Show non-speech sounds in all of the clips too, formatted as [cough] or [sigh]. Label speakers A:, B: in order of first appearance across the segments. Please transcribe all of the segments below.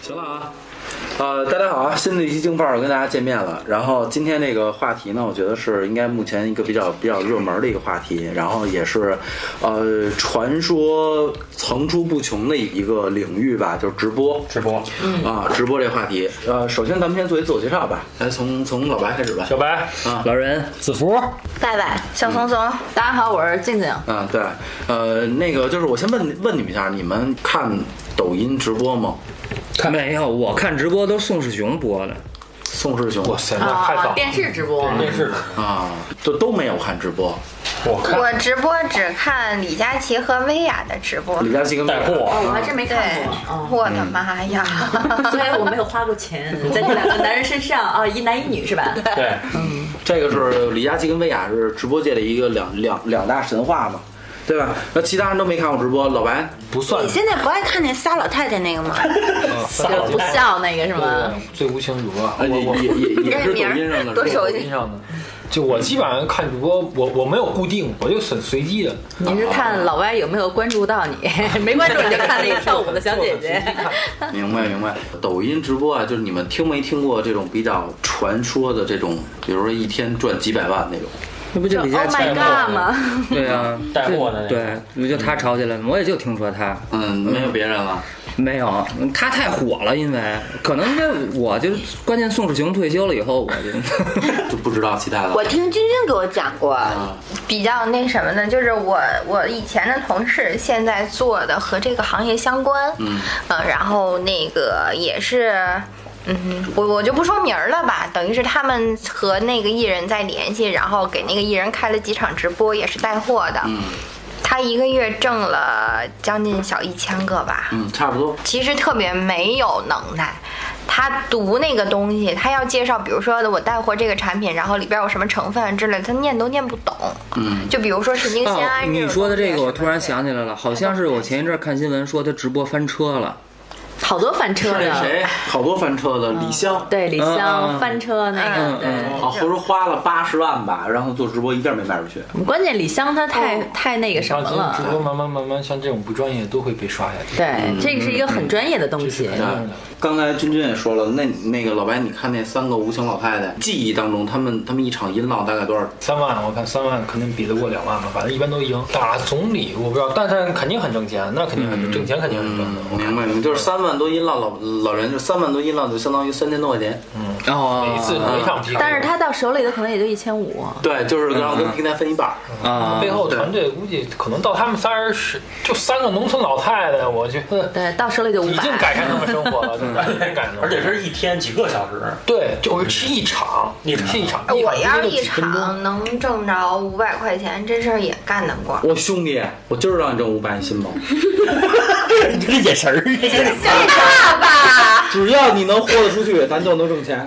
A: 行了啊，呃，大家好啊，新的一期京范儿跟大家见面了。然后今天这个话题呢，我觉得是应该目前一个比较比较热门的一个话题，然后也是，呃，传说层出不穷的一个领域吧，就是直播
B: 直播，
A: 啊，直播这话题。呃，首先咱们先做一自我介绍吧，来从从老白开始吧。
B: 小白
A: 啊
B: 老人，子福，
C: 拜
D: 哎
C: 拜，小松松，大家好，我是静静。
A: 啊，对，呃，那个就是我先问问你们一下，你们看抖音直播吗？
E: 没有，我看直播都宋世雄播的，
A: 宋世雄
B: 哇塞，那太早了，
C: 啊电视直播，
B: 电视，
A: 啊，就都没有看直播，
B: 我
A: 嗯
B: 看
D: 我直播只看李佳琦和薇娅的直播。
A: 李佳琦跟
B: 带货
C: 我还真没
D: 对
C: 看过。哦，
D: 我的妈呀！
C: [laughs]
D: [laughs]
C: 所以我没有花过 [laughs] 钱在这两个男人身上啊，一男一女是 [laughs] 吧？
B: 对，
A: 这个是李佳琦跟薇娅是直播界的一个两两两大神话嘛，对吧？那其他人都没看过直播，老白
B: 不算
F: 你现在不爱看那仨老太太
C: [laughs]
F: 那个吗？
C: 就不孝那个是吗？
G: 最无情主播，
A: 呃
B: 哎
A: 也
G: 我
A: 也也也是抖音上的
D: 多
A: 直播
D: 熟
G: 我
D: 悉！
G: 印象的，就我基本上看主播，我我没有固定，我就很随机的，
C: 你是看老歪有没有关注到 [laughs] 你？没关注你就看那个跳舞的小姐 [laughs] 姐。
A: 明白明白，抖音直播啊，就是你们听没听过这种比较传说的这种，比如说一天赚几百万那种？
E: 那不就李佳
C: Oh
E: 琦吗？
C: my god 吗？
E: 对啊，
B: 带货的那个
E: 对，不就他炒起来了吗？我也就听说他
A: 嗯，没有别人了。
E: 没有，他太火了，因为可能跟我就关键宋世雄退休了以后，我就
A: 就不知道其他的
F: 我听君君给我讲过，
D: 比较那什么的，就是我我以前的同事现在做的和这个行业相关，
A: 嗯，
D: 呃，然后那个也是。嗯，我我就不说名儿了吧，等于是他们和那个艺人在联系，然后给那个艺人开了几场直播，也是带货的。
A: 嗯
D: 他一个月挣了将近小一千个吧。
A: 嗯，差不多。
D: 其实特别没有能耐。他读那个东西，他要介绍，比如说我带货这个产品，然后里边有什么成分之类的，他念都念不懂。
A: 嗯，
D: 啊就比如说神经酰
E: [laughs] 哦，
D: 胺、
E: 你说的这个我突然想
D: 起，
E: 起来了，好像是我前一阵看新闻说他直播翻车了，
C: 好多翻车
A: 是那
C: 的，
A: 谁，好多翻车的李湘。
C: 对李
E: 嗯
C: 湘
E: 嗯
C: 翻车那个，
D: 嗯
C: 对。
A: 啊，或者花了八十万吧，然后做直播一件没卖出去。
C: 关键李湘她太太那个什
G: 当
C: 么
G: 今直
C: 了。
G: 播慢慢慢慢像这种不专业都会被刷下去，
C: 对，这个是一个很专业的东西。
G: 嗯
A: 啊刚才君君也说了，那那个老白，你看那三个无情老太太，记忆当中，他们他们一场音浪大概多少？
G: 三万我看三万肯定比得过两万吧，反正一般都赢。打总理我不知道，但是肯定很挣钱，那肯定
B: 嗯
G: 很挣钱，肯定很
A: 嗯
G: 挣的。
A: 明白明白，就是三万多音浪，老老人就三万多音浪，就相当于三千多块钱。
E: 哦，
G: 每一次每一场比赛，
C: 嗯但是他到手里的可能也就一千五，
A: 对，就是然后跟平台分一半儿。
E: 啊，
G: 背后团队估计可能到他们仨人是就三个农村老太太，我觉得
C: 对，到手里就五
G: 已经改
C: 百。
G: 善他们生活了，真的已经改善了。
B: 而且是一天几个小时，
G: 对，就是是一场，你是一场，
D: 哎我要是
G: 一场直接
D: 一
G: 就几分钟，
D: 场能挣着五百块钱，这事儿也干得
E: [laughs]
D: 过。
A: 我兄弟，我就是让你挣五百，你信吗？
B: 你这个眼神儿，
D: 爸爸，
A: [laughs] 只要你能豁得出去，咱就能挣钱。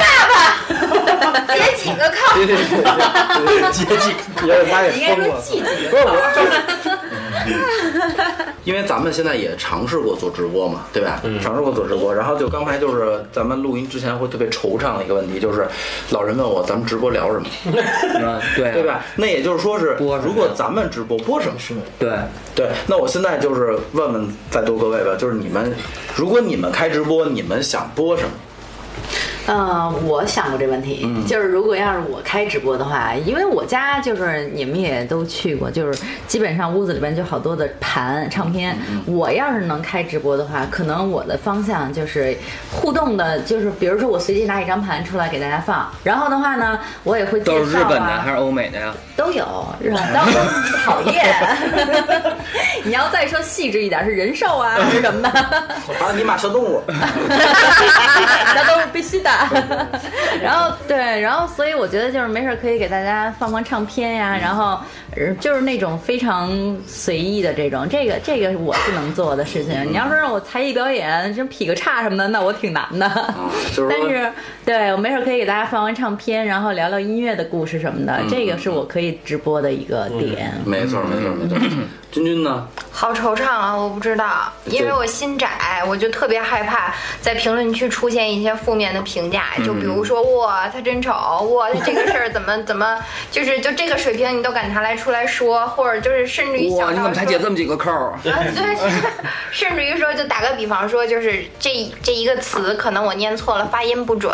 D: 接几
E: [laughs]
D: 个靠？
A: 对对对对，接济，别让他给疯了。不是我，因为咱们现在也尝试过做直播嘛，对吧？尝试过做直播，然后就刚才就是咱们录音之前会特别惆怅的一个问题，就是老人问我咱们直播聊什么，
E: 嗯对
A: 对吧？那也就是说是
E: 播什么呀
A: 如果咱们直播播什么？
E: 对，
A: 对，那我现在就是问问在座各位吧，就是你们，如果你们开直播，你们想播什么？
C: 嗯，我想过这问题，
E: 嗯
C: 就是如果要是我开直播的话，因为我家就是你们也都去过，就是基本上屋子里边就好多的盘唱片。
E: 嗯
C: 我要是能开直播的话，可能我的方向就是互动的，就是比如说我随机拿一张盘出来给大家放，然后的话呢，我也会介绍、啊、
E: 都是日本的还是欧美的呀？
C: 都有，是吧？当然讨厌。
E: [laughs]
C: [laughs] 你要再说细致一点，是人兽啊，还是什么的？
A: 啊，尼玛小动物，
C: [laughs] 那都是
A: [laughs]
C: 必须的。然后对，然后所以我觉得就是没事儿可以给大家放放唱片呀，
A: 嗯
C: 然后呃就是那种非常随意的这种，这个这个我是能做的事
A: 嗯
C: 情。你要说让我才艺表演，这劈个叉什么的，那我挺难的。
A: 啊就是说
C: 但是对我没事儿可以给大家放完唱片，然后聊聊音乐的
A: 嗯
C: 故事什么的，这个是我可以直播的一个点。
A: 没错没错没错。君君呢？
D: 好惆怅啊！我不知道，因为我心窄，我就特别害怕在评论区出现一些负面的评价，就
E: 嗯
D: 比如说哇，他真丑，哇，他这个事儿怎么怎么，就是就这个水平你都敢拿来出来说，或者就是甚至于
E: 哇，
D: 小
E: 你怎么才解这么几个扣儿？
D: 啊，对， [laughs] 甚至于说，就打个比方说，就是这这一个词，可能我念错了，发音不准，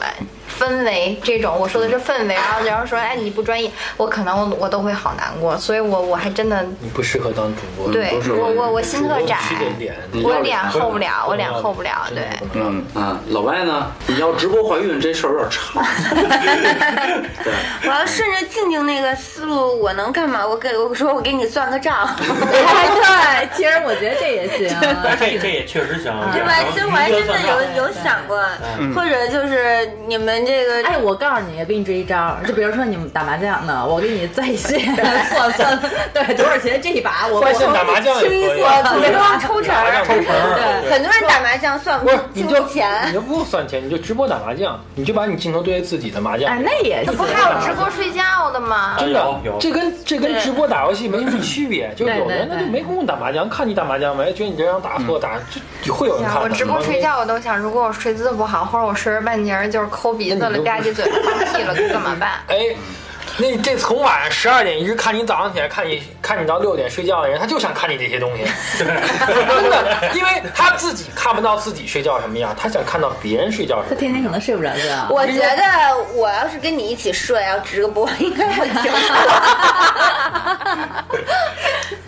D: 氛围这种，我说的是氛围，然后然后说，哎，你不专业，我可能我我都会好难过，所以我我还真的
G: 你不适合当主播。
D: 对
A: 都是
D: 我我我心特窄
G: 主播必须得脸，
D: 我脸厚不了，
G: 对
D: 我脸厚不了，对。
A: 嗯啊，老外呢，你要直播怀孕这事儿有点长，对，
F: 我要顺着静静那个思路，我能干嘛？我给我说我给你算
G: [laughs]
F: 个账，
C: 哎， [laughs] 对，其实我觉得这也行。
A: [laughs]
B: 但这这也确实行，
F: [laughs] 对吧？其实我还真的有有
C: 对
F: 想过，
G: 嗯
F: 或者就是你们这个
C: 哎，我告诉你，给你支一招，就比如说你们打麻将呢，我给你在线算算，对多少钱这一把我
G: 在线打麻将也可以
F: 清一色，组装
D: 哎
F: 抽成
G: 麻
F: 儿
G: 将。抽成儿，
C: 对
F: 很多人打麻将算
G: 不是，你
F: 进
G: 就
F: 不钱
D: [laughs]
G: 你，就不算钱，你就直播打麻将，你就把你镜头对着自己的麻将。
C: 哎，那也行
D: 不还有直播睡觉的吗？
G: 真
B: 有
G: 的
B: 有，
G: 这跟这跟直播打游戏没什么区别，就有的人
C: 对对
G: 他就没工夫打麻将，看你打麻将没，觉得你这张打错打，就会有人看
D: 我
G: 的。
D: 直播睡觉，我都想，如果我睡姿不好，或者我睡着半截儿就是抠鼻子了、吧唧嘴了、放屁了，该怎么办？
G: 哎，那你这从晚上十二点一直看你早上起来看你看你到六点睡觉的人，他就想看你这些
A: [laughs]
G: 东西，真的，因为他自己看不到自己睡觉什么样，他想看到别人睡觉什么
C: 他
G: 样。
C: 天天可能睡不着
B: 嗯
C: 觉。
F: 我觉得我要是跟你一起睡，要直播，应该会挺
C: [laughs]
F: 好。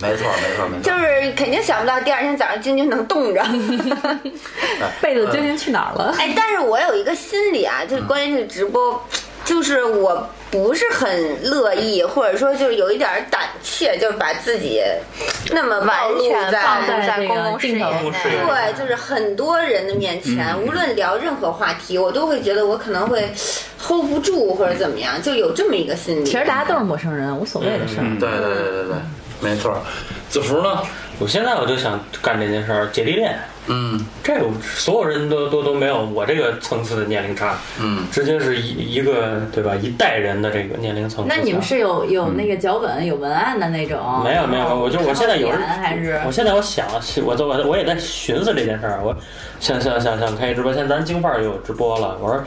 A: 没错没错没错
F: 就。是肯定想不到第二天早上晶晶能冻
C: [laughs]
F: 着。
C: 被子究竟去哪儿了？
F: 哎，但是我有一个心理啊，就是关于这个直播，就是我不是很乐意，或者说就是有一点儿胆怯，就是把自己那么暴
D: 完
F: 露
D: 全
F: 在
D: 放
C: 在
D: 在
C: 这个
D: 公共视
C: 镜
D: 野
C: 头
B: 公视
D: 内
B: 野。
F: 对，就是很多人的面前，
C: 嗯
F: 无论聊任何话题，我都会觉得我可能会 hold 不住或者怎么样，就有这么一个心理。
C: 其实大家都是陌生人，无所谓的事儿。
B: 嗯
A: 对对对对对，没错。子福呢？
B: 我现在我就想干这件事儿，姐弟恋，
A: 嗯
B: 这个所有人都都都没有我这个层次的年龄差，
A: 嗯，
B: 直接是一一个对吧？一代人的这个年龄层次
C: 那
B: 差。
C: 你们是有有那个脚本、有文案的那种？
B: 嗯没有没有，我就我现在有时
C: 看点还是
B: 我现在我想，我都我我也在寻思这件事儿，啊我想想想想开直播，现在咱京范儿也有直播了，我说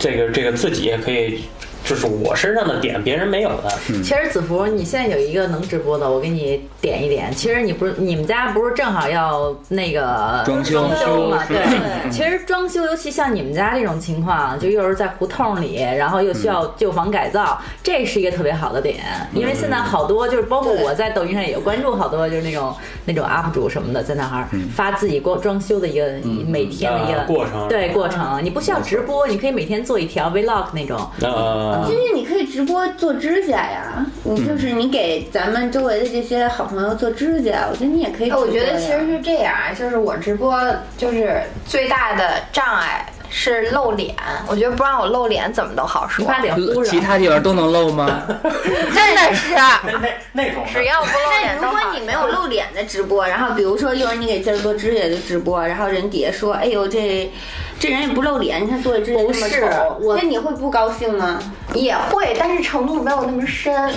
B: 这个这个自己也可以，就是我身上的点别人没有的，
C: 其实子福，你现在有一个能直播的，我给你点一点。其实你不是你们家不是正好要那个
E: 装修
C: 嘛？
E: 是
C: 对，
E: 嗯
C: 其实装修，尤其像你们家这种情况，就又是在胡同里，然后又需要旧房改造，
E: 嗯
C: 这是一个特别好的点。因为现在好多就是包括我在抖音上也有关注好多就是那种那种 UP 主什么的，在那儿
E: 嗯
C: 发自己过装修的一个每天的一个
B: 啊过程
C: 对过程，你不需要直播，你可以每天做一条 vlog 那种。
B: 呃，
F: 晶晶，你可以直播做指甲呀，你就是你给咱们周围的这些好朋友做指甲，我觉得你也可以直
D: 哎，
F: 播呀。
D: 我觉得其实是这样，啊就是我直播就是最大的障碍是露脸，我觉得不让我露脸怎么都好说
C: 你， [laughs] 把脸糊上
E: 其，他地方都能露吗？
D: 真的是，
B: 那那种
D: 只要不露
F: 但
D: 脸
F: 如
D: 都
F: 果
D: 好。
F: 你没有露脸的直播，然后比如说一会儿你给今儿做指甲就直播，然后人底下说，哎呦这这人也不露脸，你看做的指甲
C: 不
F: 这么
C: 是
F: 丑，
C: 我
F: 那你会不高兴吗？
D: 也会，但是程度没有那么
G: 嗯
D: 深。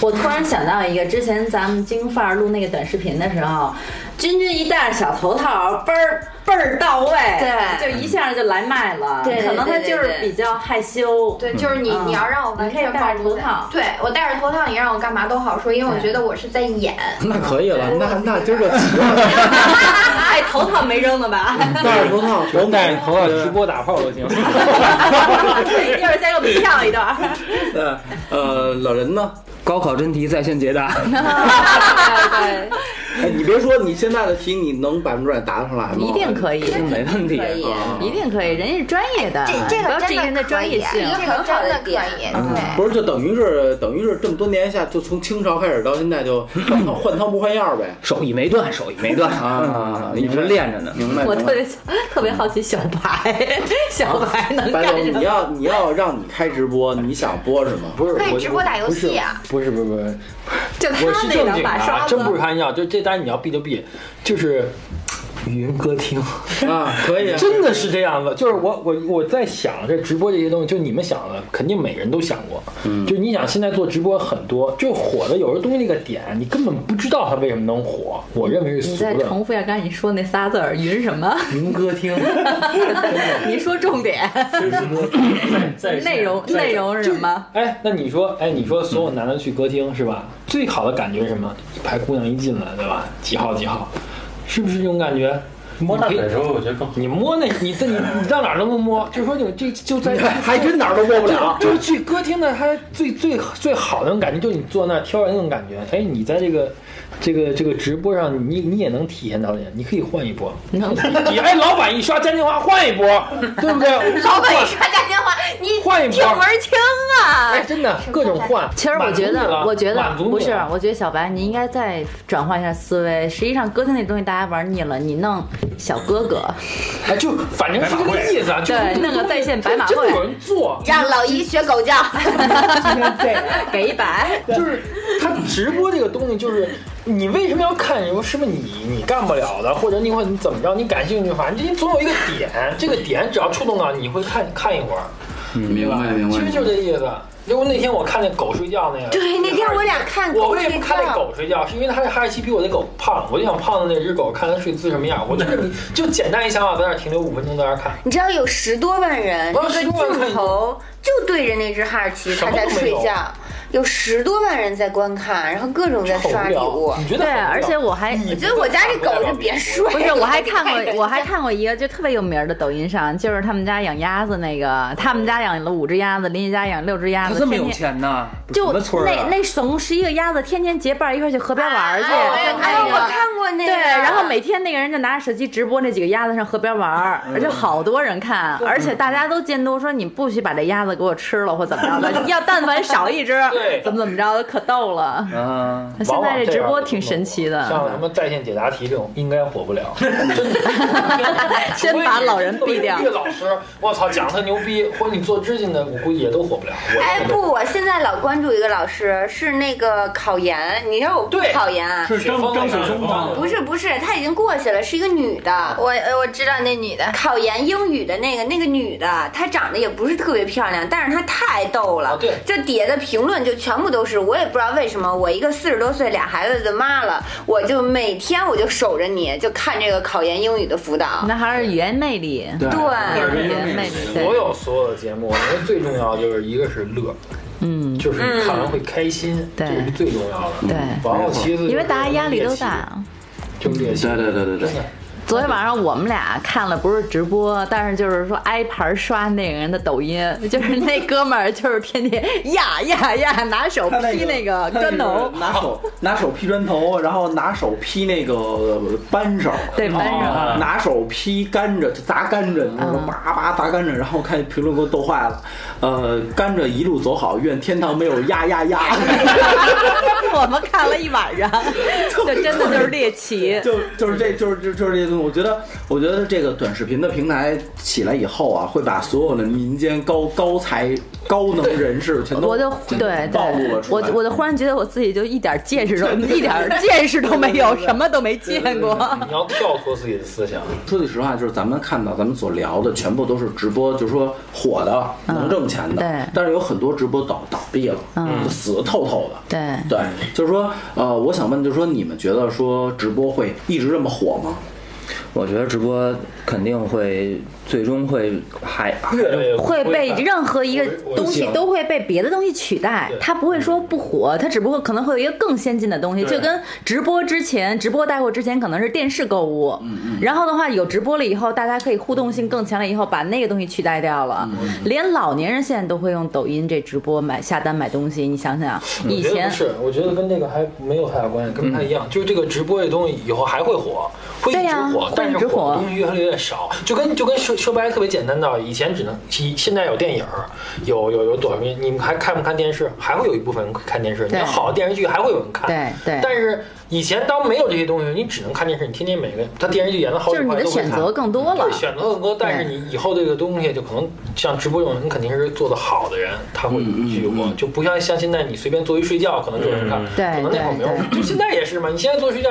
C: 我突然想到一个，之前咱们京范儿录那个短视频的时候，君君一戴着小头套，倍儿倍儿到位，
F: 对
C: 就一下就来麦了。
F: 对对
C: 可能他
F: 对对
C: 就是
F: 对
C: 比较害羞。
D: 对，就是你，
C: 嗯
D: 你要让我完全暴露
C: 你可以戴着头
D: 在
C: 套
D: 对我戴着头套，你让我干嘛都好说，因为我
C: 对
D: 觉得我是在演。
A: 那可以了，那那今儿就齐 [laughs] 了。
C: [laughs] 哎，头套没扔
D: [laughs]
C: 呢吧？
A: 戴着头套，
G: 人戴着头发直播打炮都行。
C: 一会儿再给我们跳
D: [laughs]
C: 一段。
A: 对，呃，老人呢？
E: 高考真题在线解答，
C: [laughs] 对
A: [laughs] 哎，你别说，你现在的题你能百分之百答出来吗？
C: 对，一定可以，
E: 没问题。
F: 可以
A: 啊
C: 一定可以，人家是专业的，
D: 这哦这
C: 不要
D: 个
C: 质疑人
D: 真的
C: 的
D: 可
C: 专
D: 以，
C: 业
D: 嗯这
C: 性。
D: 个真的可以。
A: 嗯不是，
D: 对，
A: 就等于是等于是这么多年下，就从清朝开始到现在，就换汤换汤不换药呗。
E: 手艺没断，手艺没断
A: 啊
E: 嗯一直练着呢。
A: [laughs] 明白。
C: 我
A: 明
C: 特
A: 白
C: 别特别好奇小白，小白能
A: 白
C: 干什
A: 总，
C: 么
A: 你？要你要让你开直播，你想播什么？
G: 不是，
D: 可以
G: 我
D: 直播打游戏啊
G: 不是不是不是不是，
C: 就他
G: 我是
C: 那
G: 正
C: 两
G: 经的
C: 把刷
G: 啊，
C: 子
G: 真不是开玩笑。就这单你要避就避，就是语音歌厅， [laughs]
A: 啊，可以啊，
G: 真的是这样子。就是我我我在想这直播这些东西，就你们想的，肯定每人都想过。嗯，就你想现在做直播很多，就火的有的东西那个点，你根本不知道它为什么能火。我认为是
C: 你
G: 俗
C: 再
G: 的。
C: 重复一下刚才你说那仨字儿“云什么”，
A: [laughs] 云歌厅，
C: [laughs] 你说重点，
B: 在
C: 内容内容是什么？
G: 哎，那你说，哎，你说所有男的去歌厅是吧？最好的感觉是什么？一排姑娘一进来，对吧？几号几号，是不是这种感觉？
B: 摸大
G: 你
B: 腿
G: 可以
B: 的时候，我觉得更好。
G: 你摸那，你这你你到哪儿都能摸，就是说你这就在
A: [laughs] 还真哪儿都过不了。
G: 就是去歌厅的，它最最最好的那种感觉，就是你坐那儿挑人那种感觉。哎，你在这个这个这个直播上，你你也能体验到点，你可以换一波。哎，老板一刷嘉年华换一波，对不对？
D: 老板一刷嘉年华，你
G: 换一波
D: 挺门儿清啊！
G: 哎，真的各种换。
C: 其实我觉
G: 满足你
C: 得，
G: 了
C: 我觉得
G: 满足你
C: 不是
G: 了，
C: 我觉得小白，你应该再转换一下思维。实际上，歌厅那东西大家玩腻了，你弄小哥
G: [laughs]
C: 哥，
G: 哎，就反正是这个意思啊，就是
C: 对弄个在线白马会
G: 真的有人做，
F: 让老姨学狗叫，
C: 给一百，
G: 就是他直播这个东西，就是你为什么要看？有什么你你干不了的，或者你会你怎么着，你感兴趣，反正你总有一个点，这个点只要触动到你，你会看看一会儿，
A: 嗯明白明白。
G: 其实就这意思。因为那天我看那狗睡觉那个，
F: 对那天我俩看
G: 我
F: 狗
G: 为
F: 睡
G: 什
F: 觉
G: 么看那狗睡觉？是因为它这哈士奇比我那狗胖，我就想胖的那只狗，看它睡姿什么样。我就
A: [laughs]
G: 就简单一想法，在那儿停留五分钟，在那儿看。
F: 你知道有十多万人，
G: 哇
F: 那
G: 10
F: 个
G: 多万
F: 镜头就对着那只哈士奇，
G: 什么
F: 它
G: 都
F: 在睡
G: 没有
F: 觉，有十多万人在观看，然后各种在
G: 好
F: 刷
G: 无
F: 礼
G: 聊
F: 物。
G: 你觉得
C: 对，
G: 很无聊？
C: 而且我还
F: 我觉得我家这狗就别睡了。
C: 不是，我还看
F: 太
C: 过，
F: 人
C: 我还看过一个就特别有名儿的抖音上，就是他们家养鸭子那个，他们家养了五只鸭子，邻居家养六只鸭
E: 他
C: 子，
E: 这么
C: 天
E: 有
C: 天
E: 钱呢？
C: 就
E: 什么村儿
C: 那
E: 啊？
C: 那总十一个鸭子，天天结伴儿一块儿去河边玩儿去，
F: 哎
C: 在
F: 哎，
C: 那
F: 我
C: 个。
F: 看过那
C: 对，
F: 个，
C: 然后每天那个人就拿着手机直播那几个鸭子上河边玩儿，而且好多人看，而且大家都监督说你不许把这鸭子给我吃了或怎么着的，要但凡少一只
G: 对，
C: 怎么怎么着的，可逗了。
E: 啊，
C: 现在这直播挺神奇的，
G: 像什么在线解答题这种，应该火不
C: [laughs]
G: 了。
C: 先把老人毙掉
G: 一。个老师，我操，讲他牛逼，或者你做知识的，我估计也都火不了。我
F: 哎不，我现在老关注一个老师，是那个考研，你让我不
G: 对
F: 考研。啊
B: 是张张雪松当的，
F: 不是不是，她已经过去了，是一个女的。
D: 我呃我知道那女的，
F: 考研英语的那个那个女的，她长得也不是特别漂亮，但是她太逗了。
G: 啊对
F: 就底下的评论就全部都是，我也不知道为什么，我一个四十多岁俩孩子的妈了，我就每天我就守着你，就看这个考研英语的辅导。
C: 那还是语言魅力，
A: 对
F: 对，
C: 语言魅力，
G: 所
C: 对，
G: 有所有的节目，我觉得最重要就是一个是乐，
C: 嗯，
G: 就是看完会开心，
C: 对
G: 这是最重要的。
C: 对
G: 然后其次，
C: 因为大家压力都，大。
G: 就是猎奇
A: 对对对对对，
C: 昨天晚上我们俩看了不是直播，但是就是说挨盘刷那个人的抖音，就是那哥们儿就是天天呀呀呀拿手
H: 他
C: 劈那个砖头，
H: 拿手拿手劈砖头，然后拿手劈那个扳手，
C: 对扳
A: 哦
C: 手。
B: 啊
H: 拿手劈甘蔗，就砸甘蔗，你知道吗？
C: 嗯
H: 叭叭砸甘蔗，然后我看评论给我逗坏了。呃，甘蔗一路走好，愿天堂没有呀呀
C: [laughs]
H: 呀，
C: [laughs] 我们看了一晚上，就真的就是猎
A: [laughs]
C: 奇。
H: 就就是这就是就就是这东西。我觉得我觉得这个短视频的平台起来以后啊，会把所有的民间高高才高能人士全都
C: 我就
H: 全都
C: 对
H: 暴露
C: 对
H: 了，出
C: 我
H: 来。
C: 我就忽然觉得我自己就一点见识都一点见识都没有，什么都没见过。
G: 你要跳脱自己的思想，
H: 说句实话，就是咱们看到咱们所聊的全部都是直播，就是说火的、能挣钱的，
C: 嗯对嗯
H: 但是有很多直播倒倒闭了，就死得透透的。
C: 对
H: 对，就是说，呃，我想问，就是说，你们觉得说直播会一直这么火吗？
E: 我觉得直播肯定会最终会还
G: 越来越
C: 会被
G: 规范
C: 任何一个东西
H: 我我
C: 都会被别的东西取代
G: 对，嗯
C: 它不会说不火，它只不过可能会有一个更先进的东西，
G: 对
C: 就跟直播之前，直播带货之前可能是电视购物，
G: 嗯
C: 然后的话有直播了以后，大家可以互动性更强了以后，把那个东西取代掉了，
G: 嗯
C: 连老年人现在都会用抖音这直播买下单买东西，你想想
G: 我
C: 以
G: 觉得
C: 前嗯
G: 不。是，我觉得跟这个还没有太大关系，跟不太一样。就是这个直播这东西以后还会火，会一
C: 对
G: 直
C: 呀
G: 火，
C: 会
G: 但
C: 一
G: 是
C: 直
G: 火的
C: 火
G: 东西越来越少。就跟就跟说说白了特别简单的，以前只能以现在有电影儿，有有有短视频，你们还看不看电视？还会有一部分人看电视。你
C: 对
G: 要好的电视剧还会有人看，
C: 对对
G: 但是以前当没有这些东西，你只能看电视，你天天每个他电视剧演了好几
C: 就是你
G: 块
C: 的
G: 都会
C: 选
G: 看。
C: 择更多了
G: 对，。选择更多，但是
C: 对
G: 你以后这个东西就可能像直播这种，你肯定是做的好的人，他会去我，就不像像现在你随便坐一睡觉，可能就有人看
B: 嗯。
C: 对
G: 可能那会儿没有
C: 对，
G: 就现在也是嘛。你现在坐睡觉，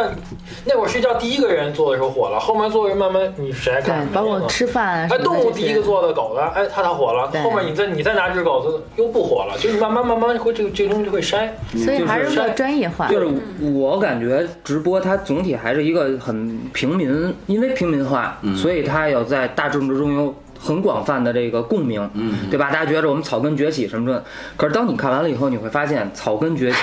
G: 那会儿睡觉第一个人做的时候火了，后面坐人慢慢你谁还
C: 对
G: 看？，
C: 包
G: 没有
C: 括
G: 了
C: 吃饭啊什
G: 哎，
C: 么的这
G: 动
C: 些。
G: 物第一个做的狗的，哎，它它火了
C: 对。
G: 后面你再你再拿只狗，它又不火了。就是慢慢慢慢会这个这个东西会筛。
C: 所以还
G: 就是是
C: 要专业化。
E: 就是我感觉直播它总体还是一个很平民，因为平民化，所以它有在大众之中有很广泛的这个共鸣，对吧？大家觉得我们草根崛起什么的，可是当你看完了以后，你会发现草根崛起，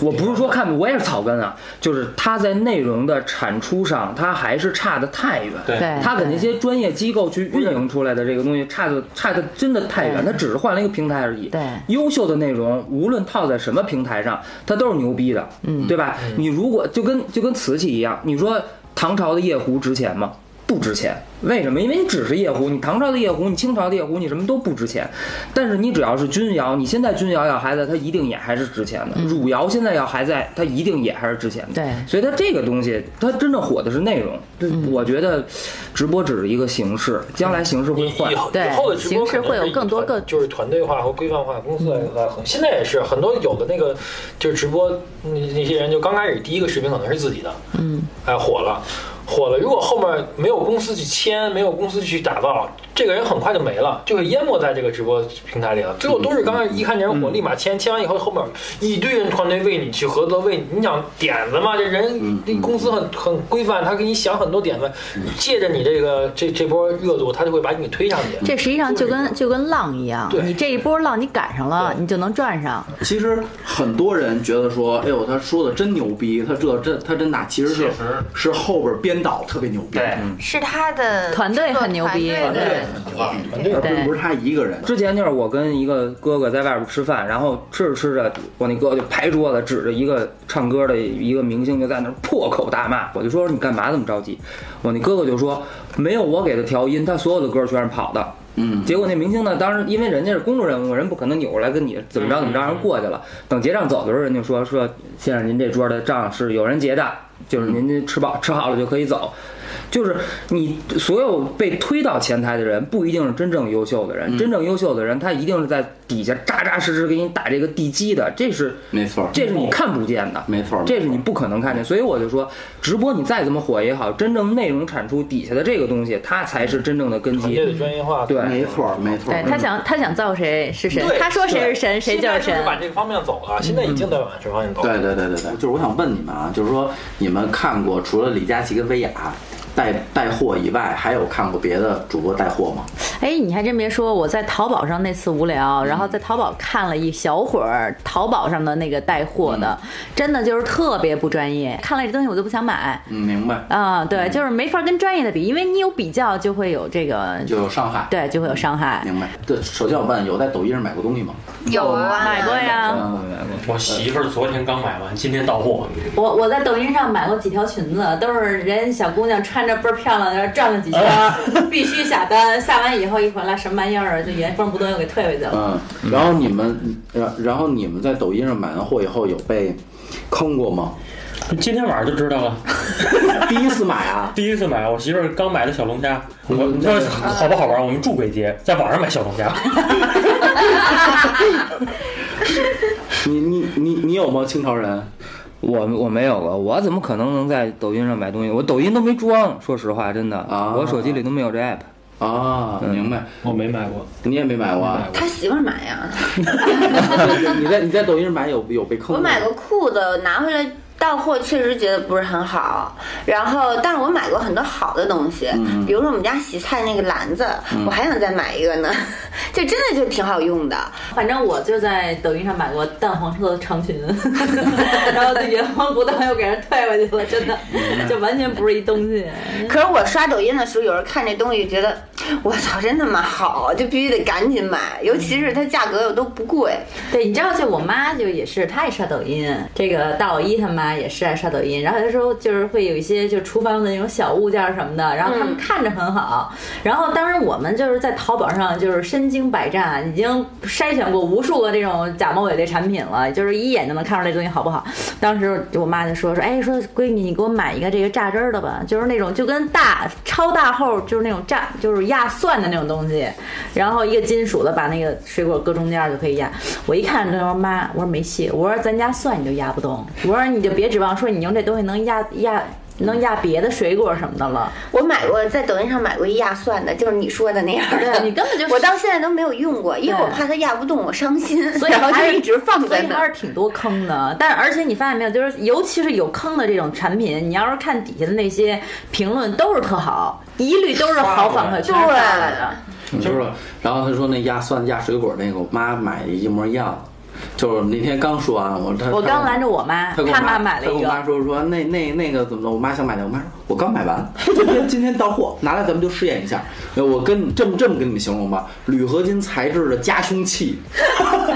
E: 我不是说看我也是草根啊，就是它在内容的产出上，它还是差得太远。
B: 对
C: 对，
E: 它给那
C: 对
E: 些专业机构去运营出来的这个东西，差的差的真的太远。
C: 对
E: 它只是换了一个平台而已。
C: 对
E: 优秀的内容，无论套在什么平台上，它都是牛逼的，嗯，对吧？你如果就跟就跟瓷器一样，你说唐朝的夜壶值钱吗？不值钱，为什么？因为你只是夜壶，你唐朝的夜壶，你清朝的夜壶，你什么都不值钱。但是你只要是钧窑，你现在钧窑要还在，它一定也还是值钱的。汝窑现在要还在，它一定也还是值钱的。
C: 对
E: 所以它这个东西，它真正火的是内容。这我觉得，直播只是一个形式，将来形式会
G: 以
E: 换
G: 以。后
C: 对
G: 以后的直播
C: 形式会有
G: 可能是以
C: 更多
G: 团
C: 嗯个
G: 就是团队化和规范化，公司来来衡。现在也是很多有的那个就是直播那那些人，就刚开始第一个视频可能是自己的，嗯，哎火了。火了，如果后面没有公司去签，没有公司去打造，这个人很快就没了，就会淹没在这个直播平台里了。最后都是刚开始一看这人火，立马签，签完以后，后面一堆人团队为你去合作，为你你想点子嘛，这人这公司很很规范，他给你想很多点子，借着你这个这这波热度，他就会把你给推上去。
C: 这实际上就跟就跟浪一样，
G: 对
C: 你这一波浪你赶上了，你就能赚上。
A: 其实很多人觉得说，哎呦，他说的真牛逼，他这真他真打，其实是
B: 其实
A: 是后边编导特别牛逼，
B: 对
H: 嗯
D: 是他的
C: 团队很牛逼
D: 团队的
A: 而并不是他一个人。
E: 之前就是我跟一个哥哥在外边吃饭，然后吃着吃着，我那哥就拍桌子指着一个唱歌的一个明星，就在那儿破口大骂。我就说你干嘛这么着急？我那哥哥就说没有我给他调音，他所有的歌全是跑的。
A: 嗯，
E: 结果那明星呢，当时因为人家是公众人物，人不可能扭过来跟你怎么着怎
A: 嗯
E: 么着，人过去了。等结账走的时候，人家说说先生，您这桌的账是有人结的，就是您这吃饱吃好了就可以走。就是你所有被推到前台的人，不一定是真正优秀的
A: 嗯
E: 人，真正优秀的人，他一定是在底下扎扎实实给你打这个地基的，这是
A: 没错
E: 这是你看不见的，
A: 嗯没错没错
E: 这是你不可能看见。所以我就说，直播你再怎么火也好，真正内容产出底下的这个东西，它才是真正的根
G: 行业
E: 基。
G: 的专业化，
E: 对
A: 没错，没错。
C: 哎对他想他想造谁是神
G: 对，
C: 他说谁是神谁
G: 现
C: 就
G: 在
C: 是
G: 是不
C: 神。
G: 往这个方面走了，现在已经在往这个方面走了。
A: 对对对对对，就是我想问你们啊，就是说你们看过除了李佳琦跟薇娅带带货以外，还有看过别的主播带货吗？
C: 哎，你还真别说，我在淘宝上那次无聊，然后在淘宝看了一小会儿淘宝上的那个带货的，真的就是特别不专业，看了这东西我就不想买。
A: 嗯，明白，
C: 啊、对，就是没法跟专业的比，因为你有比较就会有这个，
A: 就有上海。，
C: 对，就会有伤害。
A: 明白。对，首先我问，有在抖音上买过东西吗？
D: 有啊，
C: 买过呀，
A: 嗯
B: 我媳妇儿昨天刚买完，今天到货。
C: 我我在抖音上买过几条裙子，都是人小姑娘穿着倍儿漂亮，然后转了几圈，必须下单，下完以后一回来什么玩意儿就原封不动又给退回去了。
A: 嗯，然后你们，然然后你们在抖音上买完货以后有被坑过吗？ [laughs]
B: 今天晚上就知道了，
A: 第一次买啊，
B: 第一次买，我媳妇儿刚买的小龙虾，我说好不好玩？我们住北街，在网上买小龙 [laughs] 虾，
A: 你你你你有吗？清朝人？
E: 我我没有过，我怎么可能能在抖音上买东西？我抖音都没装，说实话，真的，
A: 啊
E: 我手机里都没有这 app。
A: 啊，明白，
B: 我没买过。
A: 你也没买过啊？
F: 他媳妇儿买呀，
A: [laughs] 你在你在抖音上买有有被坑？
F: 我买过。裤子，拿回来到货确实觉得不是很好。然后，但是我买过很多好的东西，
C: 嗯
F: 比如说我们家洗菜那个篮子，我还想再买一个呢， [laughs] 就真的就挺好用的。
C: 反正我就在抖音上买过淡黄色的长裙， [laughs] 然后就原封不动又给人退回去了，真的就完全不是一东西。
F: 可是我刷抖音的时候，有人看这东西觉得，我操，真他妈好，啊就必须得赶紧买，尤其是它价格又都不贵。
C: 对，你知道，就我妈就也是，她也刷抖音。这个大老一他妈啊，也是爱刷抖音。然后有的时候就是会有一些就厨房的那种小物件什么的，然后他们看着很好。然后当然我们就是在淘宝上就是身经百战，已经筛选过无数个这种假冒伪劣产品了，就是一眼就能看出来这东西好不好。当时我妈就说说，哎，说闺女你给我买一个这个榨汁儿的吧，就是那种就跟大超大号就是那种榨就是压蒜的那种东西，然后一个金属的把那个水果搁中间就可以压。我一看，就说妈，我说没戏，我说咱家蒜你就压不动，我说你就别指望说你用这东西能压压。能压别的水果什么的了，
F: 我买过，在抖音上买过一压蒜的，就是你说的那样的。
C: 对 [laughs] 你根本就
F: 我到现在都没有用过，因为我怕它压不动，我伤
C: [laughs]
F: 心，
C: 所以
F: [laughs] 然后
C: 还
F: 就是一直放
C: 所
F: 在
C: 以
F: 那
C: 还
F: 儿。
C: 是挺多坑的。但而且你发现没有，就是尤其是有坑的这种产品，你要是看底下的那些评论，都是特好，一律都是好反馈，全是刷啊来的。
A: 你知道吧？然后他说那压蒜压水果那个，我妈买一模一样的，就是那天刚说完，我他
C: 我刚拦着我妈，
A: 他跟我
C: 她妈买
A: 他
C: 了
A: 跟
C: 一
A: 我妈
C: 个，
A: 说说那那那个怎么了？我妈想买的，我妈说我刚买完， [laughs] 今天今天到货，拿来咱们就试验一下。呃我跟这么这么跟你们形容吧，铝合金材质的加凶器， [laughs]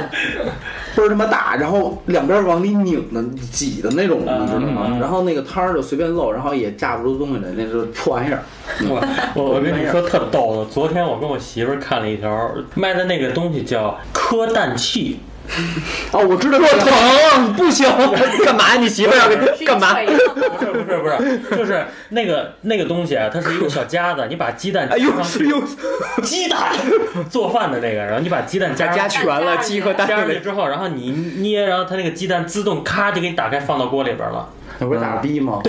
A: 倍儿他妈大，然后两边往里拧的挤的那种，你知道吗？然后那个汤儿就随便漏，然后也架不住东西来，那是破玩意儿。
B: 我我我跟你说特逗的，昨天我跟我媳妇儿看了一条卖的那个东西叫科氮气，
A: 哦，我知道，我
E: 疼，不行，干嘛？你媳妇儿要给干嘛？
B: 不是不是不是，就是那个那个东西啊，它是一个小夹子，你把鸡蛋
E: 哎呦
B: 加上
E: 哎
B: 去，
E: 呦，
B: 鸡蛋做饭的那个，然后你把鸡蛋加
E: 加加
B: 上去
E: 全了，鸡和蛋
B: 加上去
E: 了。
B: 之后，然后你捏，然后它那个鸡蛋自动咔就给你打开放到锅里边了。
A: 那不是打逼吗？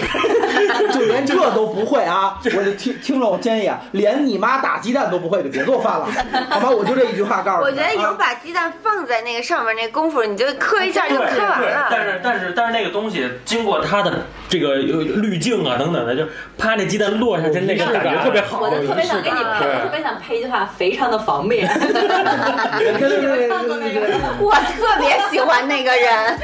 A: 就连这都不会啊！我就听听着我建议啊，连你妈打鸡蛋都不会就别做饭了，好吧？我就这一句话告诉
F: 我
A: 你
F: 觉
A: 们啊。
F: 得有把鸡蛋放在那个上面那功夫，你就磕一下就磕完
B: 对，但
F: 了。
B: 是但是但是那个东西经过它的这个呃滤镜啊等等的，就啪那鸡蛋落下去，那个感觉特
A: [laughs]
B: 别好。
C: 我就特别想给你
A: 哦
C: 配，
B: 对
C: 特别想配一句话，非常的方便。
A: 对对对对对对
C: [laughs]
A: 对
F: 我特别喜欢那个 [laughs] 人，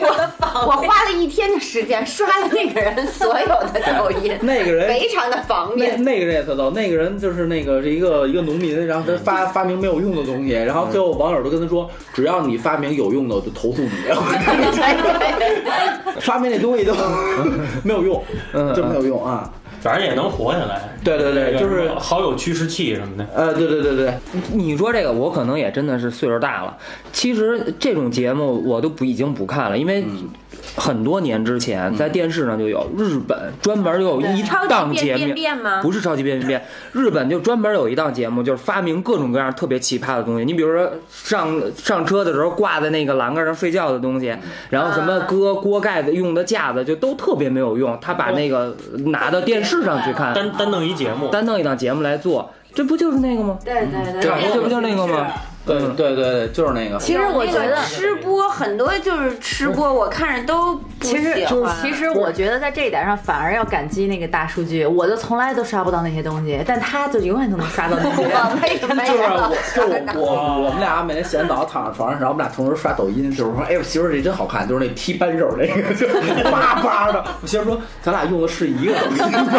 F: 我我花了一天的时间刷了那个人所有的抖 [laughs] 音，
A: 那个人
F: 非常的方
A: 那
F: 便。
A: 那个人也特逗，那个人就是那个是一个一个农民，然后他发发明没有用的东西，然后最后网友都跟他说，只要你发明有用的，我就投诉你。 [laughs] 发明那东西
G: [laughs]
A: 都没有用，
E: 嗯
A: 真没有用啊！
B: 反正也能活下来。
A: 对对对
B: 那个
A: 就是
B: 什么好友驱湿器什么的。
A: 呃，对对对对，
E: 你说这个，我可能也真的是岁数大了。其实这种节目我都不已经不看了，因为很多年之前在电视上就有日本专门有一档节目，
F: 吗？
E: 不是超级变变变，日本就专门有一档节目，就是发明各种各样特别奇葩的东西。你比如说上上车的时候挂在那个栏杆上睡觉的东西，然后什么搁锅盖子用的架子，就都特别没有用。他把那个拿到电视上去看，
A: 啊
B: 单单弄一节目，
E: 单弄一档节目来做，这不就是那个吗？
C: 对对对，
E: 这这不就是那个吗？嗯
A: 对对对对，就是那个。
C: 其实我觉得
F: 吃播很多就是吃播，我看着都不
C: 其实
F: 喜欢。
C: 其实我觉得在这一点上反而要感激那个大数据，我就从来都刷不到那些东西，但他就永远都能刷到那 [laughs] 些。
F: 我为什么
C: 哎
A: 就是
F: 要
A: 我，就是我，我我们俩每天洗完澡躺在床上，然后我们俩同时刷抖音，就是说，哎呦，媳妇儿这真好看，就是那踢扳手那个，就叭叭的。我媳妇儿说，咱俩用的是一个抖音吗？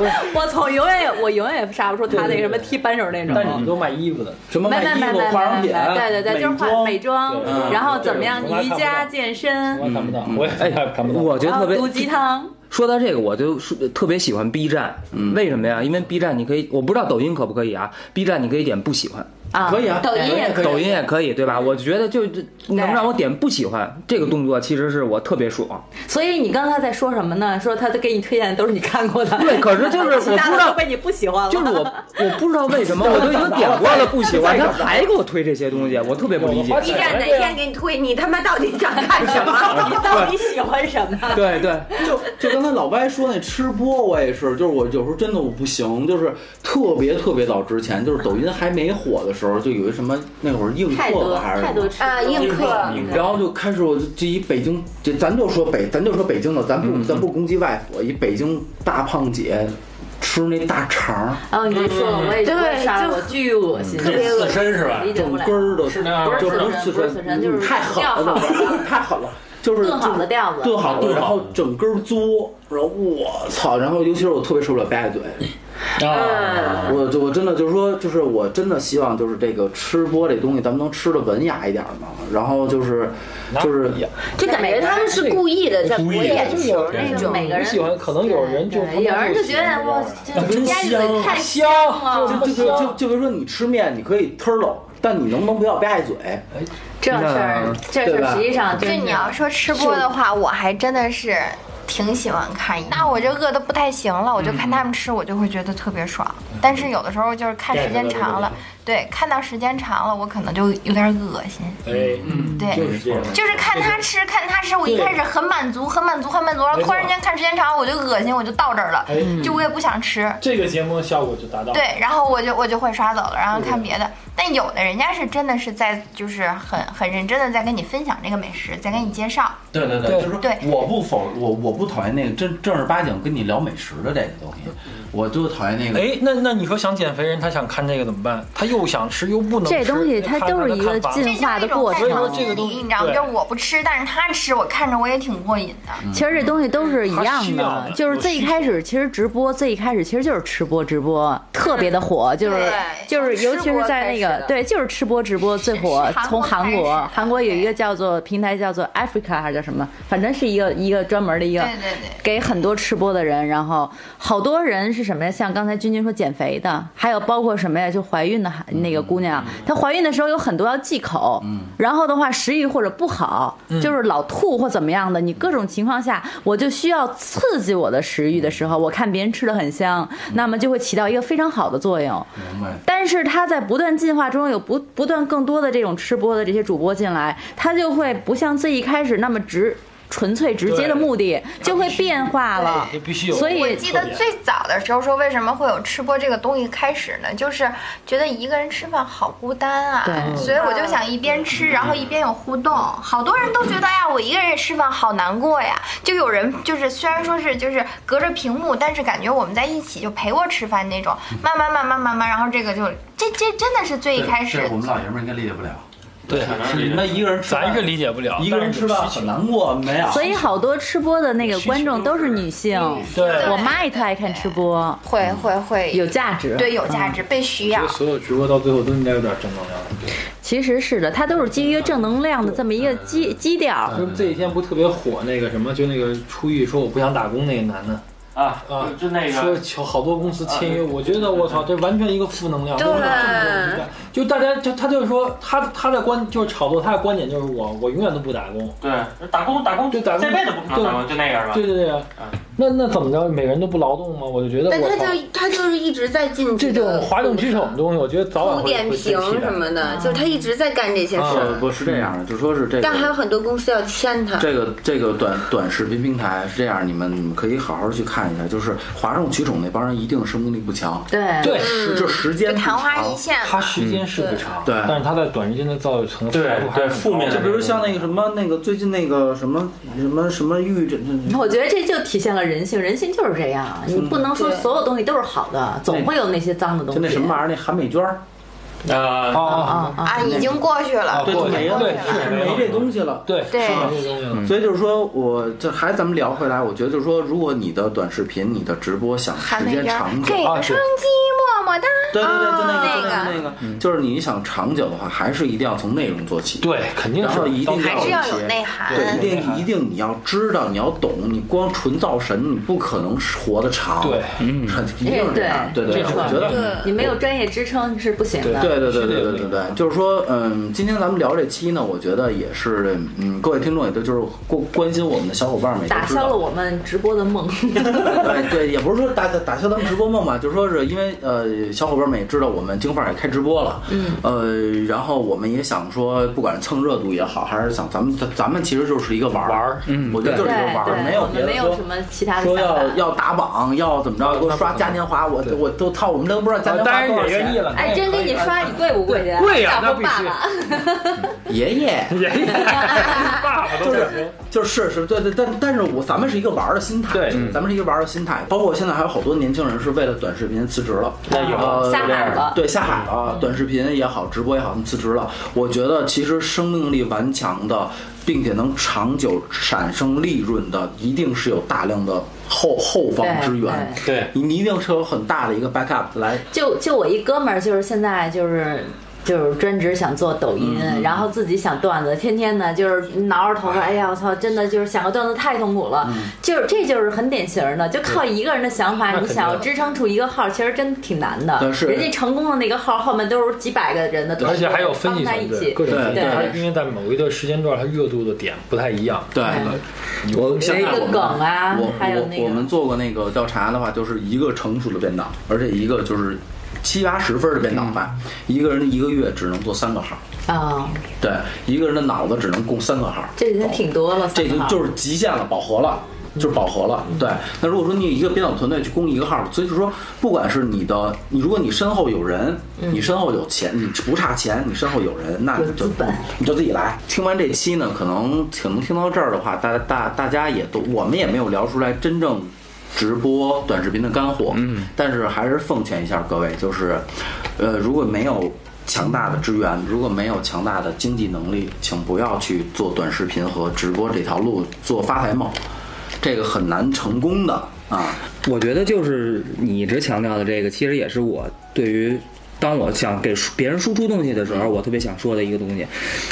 C: [laughs] 我从永远也我永远也杀不出他那个什么踢扳手那种。
G: 但 [laughs] 你都卖衣服的，
A: 什么
C: 没没
A: 卖衣
C: 没
A: 服、
C: 没
A: 化妆
C: 没
A: 品，啊
C: 没，对对对，就是化美妆，
G: 对
C: 然后怎么样
G: 对我从来
C: 瑜
G: 看不
C: 伽
G: 到
C: 健身，
G: 我看不到，我也
E: 哎
G: 看不到。
E: 我觉得
C: 然后
E: 特别
C: 毒鸡汤，
E: 说到这个，我就说特别喜欢 B 站，
A: 嗯
E: 为什么呀？因为 B 站你可以，我不知道抖音可不可以啊？B 站你可以点不喜欢，
C: 啊，
A: 可以啊，
C: 抖音也
A: 可以。
E: 抖音也可以，对吧？我觉得就就能让我点不喜欢这个动作，其实是我特别爽。
C: 所以你刚才在说什么呢？说他给你推荐的都是你看过的，
E: 对，可是就是我不
C: 其他
E: 知
C: 的都
E: 道，
C: 被 [laughs] 你不喜欢了，
E: 就是我我不知道为什么，我都已经点过了不喜欢，他还给我推这些东西，我特别不理解。
F: B 站哪天给你推，你他妈到底想看什么？
C: 你到底喜欢什么？
E: [laughs] 对对，
A: 就就刚才老歪说那吃播，我也是，就是我有时候真的我不行，就是特别特别早之前，就是抖音还没火的时候，就有一什么那会儿映
C: 太
A: 客
C: 多
A: 吧还是什
C: 太
A: 么
C: 多吃
F: 啊，
C: 播
F: 映客。
A: 然后就开始我就就以北京，就咱就说北，咱就说北京的，咱不、
E: 嗯
A: 咱不攻击外府，以北京大胖姐吃那大肠儿，
C: 哦，你这说了，我也
F: 对
C: 我也刷了，
F: 就
C: 我巨恶心，
B: 这刺身是吧？
C: 理解不了
A: 根。儿的，
B: 是那样吗
A: 就
C: 不
A: 不
C: 是
A: 是
C: 刺身
A: 刺
C: 不是刺身就是
A: 太狠了，
C: 吊好的
A: 太狠了。就是
C: 炖好的调子
A: 炖好的，
B: 炖好的
A: 然后整根儿嘬，然后我操，然后尤其是我特别受不了吧唧嘴，嗯
B: 啊，
H: 我就我真的就是说，就是我真的希望就是这个吃播这东西，咱们能吃的文雅一点嘛。然后就是就是
F: 就感觉 [laughs] 他们是故意的在博
B: 故意的
F: 眼球
B: 对
F: 那
C: 就
F: 种。
C: 每个
G: 不
C: 人
G: 喜欢，可能有人就
C: 对对有人就觉得哇，这这鸭子太
G: 香
C: 了，
H: 就就就就比如说你吃面，你可以 t u r l 但你能不能不要吧唧嘴？
C: 这种事儿，这事
H: 对
C: 儿
H: 吧
C: 实际上
D: 就
C: 真
D: 你
C: 的
D: 要说吃播的话，我还真的是挺喜欢看。嗯那我就饿得不太行了，我就看他们吃，我就会觉得特别爽。但是有的时候就是看时间长了，嗯对，看到时间长了，我可能就有点恶心。
G: 哎，
D: 对，
G: 是这样。
D: 就是看他吃，看他吃，我一开始很满足，很满足，很满足，然后
I: 没错
D: 突然间看时间长了，我就恶心，我就到这儿了
I: 哎，
D: 就我也不想吃。
I: 这个节目的效果就达到了。
D: 对，然后我就我就会刷走了，然后看别的。但有的人家是真的是在就是很很认真的在跟你分享这个美食，在跟你介绍。
H: 对对对，就是说
D: 对
H: 我不否我我不讨厌那个正正儿八经跟你聊美食的这个东西，我就讨厌那个。
G: 嗯哎，那那你说想减肥人，他想看这个怎么办？他又想吃又不能吃，
C: 这东西它
G: 看
C: 都是
G: 看
C: 一个
G: 看法
C: 进化的过程
D: 这。就是
G: 所以说这个
D: 一种
G: 东
D: 在
G: 西
D: 你知道吗？
G: 对
D: 就是我不吃，但是他吃，我看着我也挺过瘾的。
C: 其实这东西都是一
G: 它需
C: 样
G: 要
C: 的
G: 的，
C: 就是最一开始其实直播最一开始其实就是吃播直播特别的火，就是就是尤其是在那
F: 吃播开
C: 个
F: 始的
C: 对就是吃播直播最火
D: 是是，韩国
C: 从韩
D: 开始
C: 国
D: 的
C: 韩国有一个叫做平台叫做 Africa 还是叫什么，反正是一个一个专门的一个
D: 对对对。
C: 给很多吃播的人，然后好多人是什么呀？像刚才君君说减肥的，还有包括什么呀？就怀孕的孩那个姑
H: 嗯
C: 娘，她怀孕的时候有很多要忌口，然后的话食欲或者不好，
H: 嗯
C: 就是老吐或怎么样的，你各种情况下，我就需要刺激我的食欲的时候，我看别人吃的很香，那么就会起到一个非常好的作用。
H: 嗯明白。
C: 但是它在不断进化中有不不断更多的这种吃播的这些主播进来，它就会不像最一开始那么直。纯粹直接的目的就会变化了
A: 哎
G: 对必须，有
C: 啊所
D: 我
C: 以
D: 记得最早的时候说，为什么会有吃播这个东西开始呢？就是觉得一个人吃饭好孤单啊，
C: 对
D: 所以我就想一边吃，然后一边有互动。好多人都觉得哎呀，我一个人吃饭好难过呀。就有人就是虽然说是就是隔着屏幕，但是感觉我们在一起就陪我吃饭那种。慢慢慢慢慢慢，然后这个就这这真的是最一开始
H: 这我们老爷们儿应该理解不了。
G: 对，
H: 是你们一个人吃饭，
G: 咱是理解不了，
H: 一个人吃饭
G: 啊但是
H: 很
G: 有需求
H: 难过没有？
C: 所以好多吃播的那个观众都是女性。
G: 对
C: 我妈也特爱看吃播，
D: 会会会
C: 有价值。
D: 对有价值被需
I: 觉
D: 要
I: 得。所有直播到最后都应该有点正能量。
C: 其实是的，它都是基于一个正能量的这么一个基基调。
I: 就是这几天不特别火那个什么，就那个出狱说我不想打工那个男的，
B: 啊
I: 啊
B: 就那
I: 说
B: 个
I: 求好多公司签约，我觉得我操，这完全一个负能量，根本正能量就大家就他就是说他他的观就是炒作他的观点就是我我永远都不打工，
B: 对打工打工
I: 对打工
B: 这辈子不可能打工，就那个是吧？
I: 对对对啊
B: 嗯，
I: 那那怎么着，每个人都不劳动吗？我就觉得
F: 但
I: 我
F: 他
I: 操，
F: 就他就是一直在进
I: 这种哗众取宠的
F: 的
I: 东西，我觉得早晚
F: 铺
I: 会
F: 点
I: 会被
F: 评
I: 替代
F: 什么的，就他一直在干这些事
I: 啊
F: 儿。
A: 不是这样的，就说是这
F: 但还有
A: 个
F: 很多公司要签他，
A: 这个这个短短视频平台是这样，你们你们可以好好去看一下，就是哗众取宠那帮人一定生命力不强，
C: 对
I: 对，
A: 是就时
D: 就
A: 间不
D: 昙
A: 长。
D: 花一现嘛，
I: 他时间啊
F: 嗯
I: 是不长，
A: 对
I: 但是他在短时间内造成
B: 对
I: 财富还是
B: 对
I: 很
B: 负面
I: 高
B: 的
I: 的
A: 就比如像那个什么那个最近那个什么什么什么玉这
C: 我觉得这就体现了人性，人性就是这样，
A: 嗯
C: 你不能说所有东西都是好的，总会有那些脏的东
A: 就
C: 西。
A: 那什么玩意儿那韩美娟儿，
B: 呃，
I: 啊
C: 啊啊！
D: 啊，已经过去了
I: 啊，。
A: 对，
I: 过
A: 就
I: 去
A: 没了，
I: 对
A: 是没这东西了。
I: 对
D: 对
I: 是这东西了。
A: 所以就是说，我这还咱们聊回来，我觉得就是说，如果你的短视频、你的直播想
D: 韩
A: 时
D: 美
A: 间
D: 娟
A: 长久，
D: 给
I: 啊
D: 个
I: 是
D: 双击么么哒，
A: 对对对，就那个就
D: 啊
A: 那个那个，就是你想长久的话，还是一定要从内容做起。
I: 对，肯定
A: 然后
I: 是
A: 一定
D: 还是要
A: 一
I: 啊
D: 有
A: 些
D: 内涵。
A: 对，一定一定你要知道，你要懂，你光纯造神，你不可能活得长。
I: 对
A: 嗯，很一定是这样。对对，
I: 这是
A: 我觉
I: 肯定
A: 得
I: 的
C: 你没有专业支撑是不行的。
A: 对对对
I: 是
A: 对
I: 这
A: 对
I: 个
A: 对
I: 意思
A: 对，就是说，嗯，今天咱们聊这期呢，我觉得也是，嗯，各位听众也都就是关关心我们的小伙伴们，也都
C: 打
A: 知道
C: 消了我们直播
A: [laughs]
C: 的梦。
A: 对对，也不是说打打消咱们直播梦吧，就说是因为呃，小伙伴们也知道我们京范儿也开直播了，嗯，呃，然后我们也想说，不管是蹭热度也好，还是想咱们咱咱们其实就是一个玩
I: 玩
A: 儿
I: 儿，
A: 嗯，我觉得就是一个玩儿，没有
C: 我
A: 别
C: 们
A: 的
C: 没有
A: 说
C: 什么其他的
A: 说
C: 想法
A: 要。要打榜，要怎么着，给我刷嘉年华，我我都操，我们都不知道嘉年
I: 哦当
A: 华
I: 然
A: 多少
I: 也愿意
A: 钱。
I: 了。
C: 哎，真给你刷，你跪不跪去？
I: 贵
A: 啊
I: 呀
C: 大
I: 那
C: 伯
I: 必
C: 爸
I: 须
C: 爸。
A: 爷爷，
I: [laughs] 也爸爸都
A: 就是就是是对对，但但是我咱们是一个玩儿的心态，
I: 对
A: 嗯咱们是一个玩儿的心态。包括现在还有好多年轻人是为了短视频辞职了，
B: 那有
A: 呃
C: 啊下海了嗯
A: 对下海了，短视频也好，直播也好，他们辞职了。我觉得其实生命力顽强的。并且能长久产生利润的，一定是有大量的后后方支援。
B: 对
A: 你你一定是有很大的一个 backup 来。
C: 就就我一哥们儿，就是现在就是。就是专职想做抖音，然后自己想段子，天天呢就是挠着头发，哎呀我操，真的就是想个段子太痛苦了，就是这就是很典型的，就靠一个人的想
G: 那
C: 法，你
G: 肯定
C: 想要支撑住一个号，其实真挺难的
A: 但。是
C: 人家成功的那个号后面都是几百个人的团
G: 而
C: 队，
G: 且还有分析
C: 帮他一
G: 团队，
C: 起，
G: 各种
A: 对
G: 分析
C: 对
G: 它因为在某一个时间段，它热度的点不太一样。
A: 对，我
C: 有
A: 现
C: 一
A: 在
C: 个
A: 我们
C: 梗啊
A: 我
C: 还有
A: 我
C: 那个
A: 我们做过那个调查的话，就是一个成熟的编导，而且一个就是七八十分的编导吧，一个人一个月只能做三个号，
C: 啊，
A: 对，一个人的脑子只能供三个号，
C: 这已经挺多了，
A: 这
C: 三
A: 就
C: 个号
A: 就是极限了，饱和了。就是饱和了，对。那如果说你有一个编导团队去供一个号，所以就说，不管是你的，你如果你身后有人，
C: 嗯
A: 你身后有钱，你不差钱，你身后有人，那你就
C: 有资本
A: 你就自己来。听完这期呢，可能可能听到这儿的话，大家大大家也都，我们也没有聊出来真正直播短视频的干货，嗯，但是还是奉劝一下各位，就是，呃，如果没有强大的资源，如果没有强大的经济能力，请不要去做短视频和直播这条路做发财梦，这个很难成功的啊。
E: 我觉得就是你一直强调的这个，其实也是我对于当我想给输别人输出东西的时候，我特别想说的一个东西，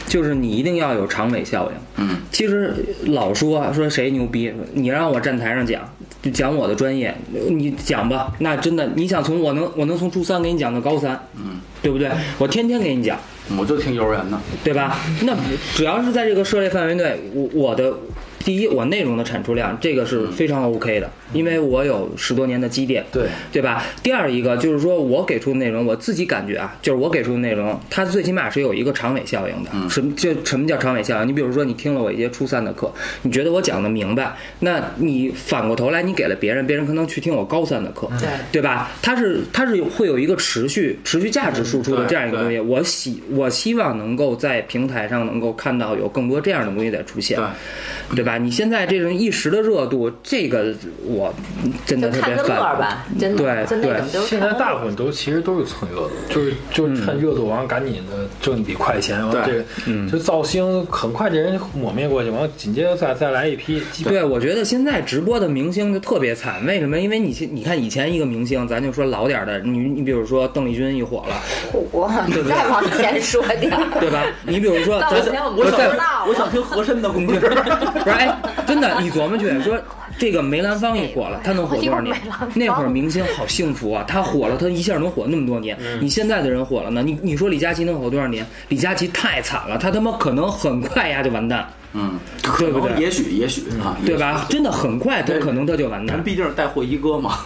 E: 就是你一定要有长尾效应。
A: 嗯，
E: 其实老说啊说谁牛逼，你让我站台上讲，就讲我的专业，你讲吧，那真的你想从我能我能从初三给你讲到高三，
A: 嗯，
E: 对不对？我天天给你讲。
A: 我就听幼儿园的，
E: 对吧？那只要是在这个涉猎范围内，我我的第一，我内容的产出量这个是非常 OK 的，因为我有十多年的积淀，
G: 对
E: 对吧？第二一个就是说我给出的内容，我自己感觉啊，就是我给出的内容，它最起码是有一个长尾效应的。
A: 嗯
E: 什么就什么叫长尾效应？你比如说你听了我一节初三的课，你觉得我讲的明白，那你反过头来你给了别人，别人可能去听我高三的课，
C: 对
E: 对吧？它是它是有会有一个持续持续价值输出的
A: 嗯对
E: 这样一个东西。我希我希望能够在平台上能够看到有更多这样的东西在出现，对吧？你现在这种一时的热度，这个我真的
C: 就
E: 特
C: 看
E: 别
C: 个乐儿
E: 烦。
C: 吧，真的，
E: 对
C: 就那种
E: 对
C: 就
G: 现
C: 是
G: 在
C: 看
G: 大部分都其实都是蹭热度，就是就是趁热度，完了赶紧的挣一笔快钱，完
A: 嗯
G: 了
A: 对嗯
G: 这个就造星很快这人抹灭过去，完了紧接着再再来一批，基本
E: 对，我觉得现在直播的明星就特别惨，为什么？因为你现你看以前一个明星，咱就说老点儿的，你你比如说邓丽君一火了，
F: 我再往前说点儿。
E: 对吧？你比如说
C: [laughs] 到
E: 咱
C: 今天啊我们不知道，
A: 我想听和珅的故事。
E: 不是，哎，真的，你琢磨去，说这个梅兰芳一火了，他能火多少年？那会儿明星好幸福啊，他火了，他一下能火那么多年。你现在的人火了呢，你你说李佳琦能火多少年？李佳琦太惨了，他他妈可能很快呀就完蛋，
A: 嗯，
E: 对不对？
A: 也许也许啊，
E: 对吧？真的很快，他
A: 对
E: 可能他就完
A: 也许？咱
E: 蛋，
A: 毕竟是带货一哥嘛，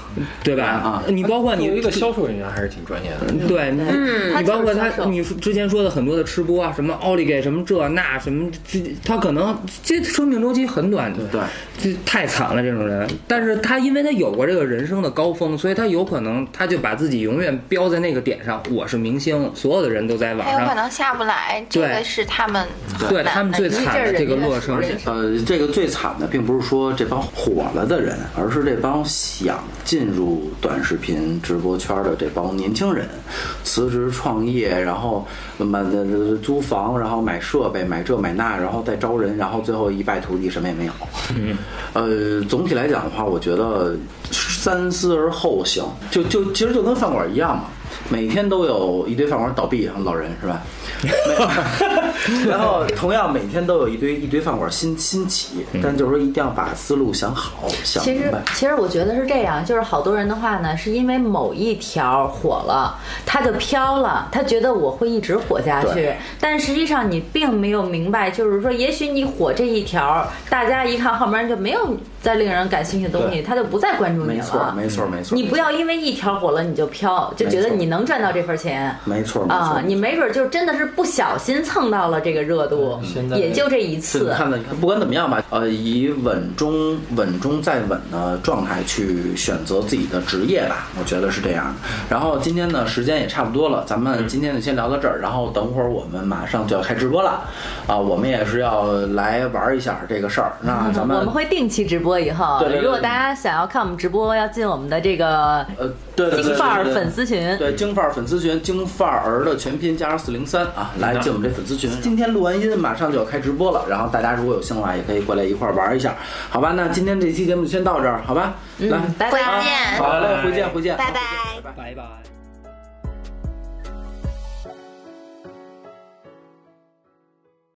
E: 对吧
A: 啊？
E: 你包括
G: 作
E: 你
G: 为一个销售人员还是挺专业的。
E: 对，你
C: 嗯他
E: 你包括
C: 就是销
E: 他，
C: 售
E: 你说之前说的很多的吃播啊，什么奥利给，什么这那，什么这，他可能这生命周期很短，
A: 对，
E: 这太惨了这种人。但是他因为他有过这个人生的高峰，所以他有可能他就把自己永远标在那个点上，我是明星，所有的人都在网
D: 还有哎可
E: 上，
D: 能下不来，这
E: 对
D: 个是他们
E: 对他们最惨的这个落生。
A: 呃，这个最惨的并不是说这帮火了的人，而是这帮想进入短视频直播圈的这帮年轻人，辞职创业，然后满呃租房，然后买设备，买这买那，然后再招人，然后最后一败涂地，什么也没有。呃，总体来讲的话，我觉得三思而后行，就就其实就跟饭馆一样嘛。每天都有一堆饭馆倒闭，老人是吧？ [laughs] 然后同样每天都有一堆一堆饭馆新新起，但就是说一定要把思路想好，想
C: 其
A: 明
C: 实
A: 白。，
C: 其实我觉得是这样，就是好多人的话呢，是因为某一条火了，他就飘了，他觉得我会一直火下去
A: 对，
C: 但实际上你并没有明白，就是说，也许你火这一条，大家一看后面就没有再令人感兴趣的东西，他就不再关注你
A: 没错，
C: 了。
A: 没错，没错。
C: 啊你不要因为一条火了你就飘，就觉得
A: 没错
C: 你能赚到这份钱。
A: 没错，没错
C: 啊，。你没准就真的是不小心蹭到了这个热度，
G: 现在
C: 也就这
A: 是
C: 一
A: 你
C: 次。
A: 看的，你看，不管怎么样吧，呃，以稳中稳中再稳的状态去选择自己的职业吧，我觉得是这样的。然后今天呢，时间也差不多了，咱们
C: 嗯
A: 今天就先聊到这儿。然后等会儿我们马上就要开直播了，啊、我们也是要来玩一下这个事儿。那咱
C: 嗯我
A: 们
C: 们会定期直播以后，
A: 对对对
C: 如果大家想要看我们直播，要进我们的这个
A: 呃，对对对
C: 金
A: 对
C: 范儿
A: 对
C: 粉丝群。
A: 对，京范儿粉丝群，京范儿的全拼加上四零三啊，来进我们这粉丝群。今天录完音，马上就要开直播了，然后大家如果有兴趣的话，也可以过来一块儿玩一下，好吧？那今天这期节目就先到这儿，好吧？来，
C: 嗯拜拜。
D: 见
A: 好嘞，回见，回见，
D: 拜拜
A: 拜拜。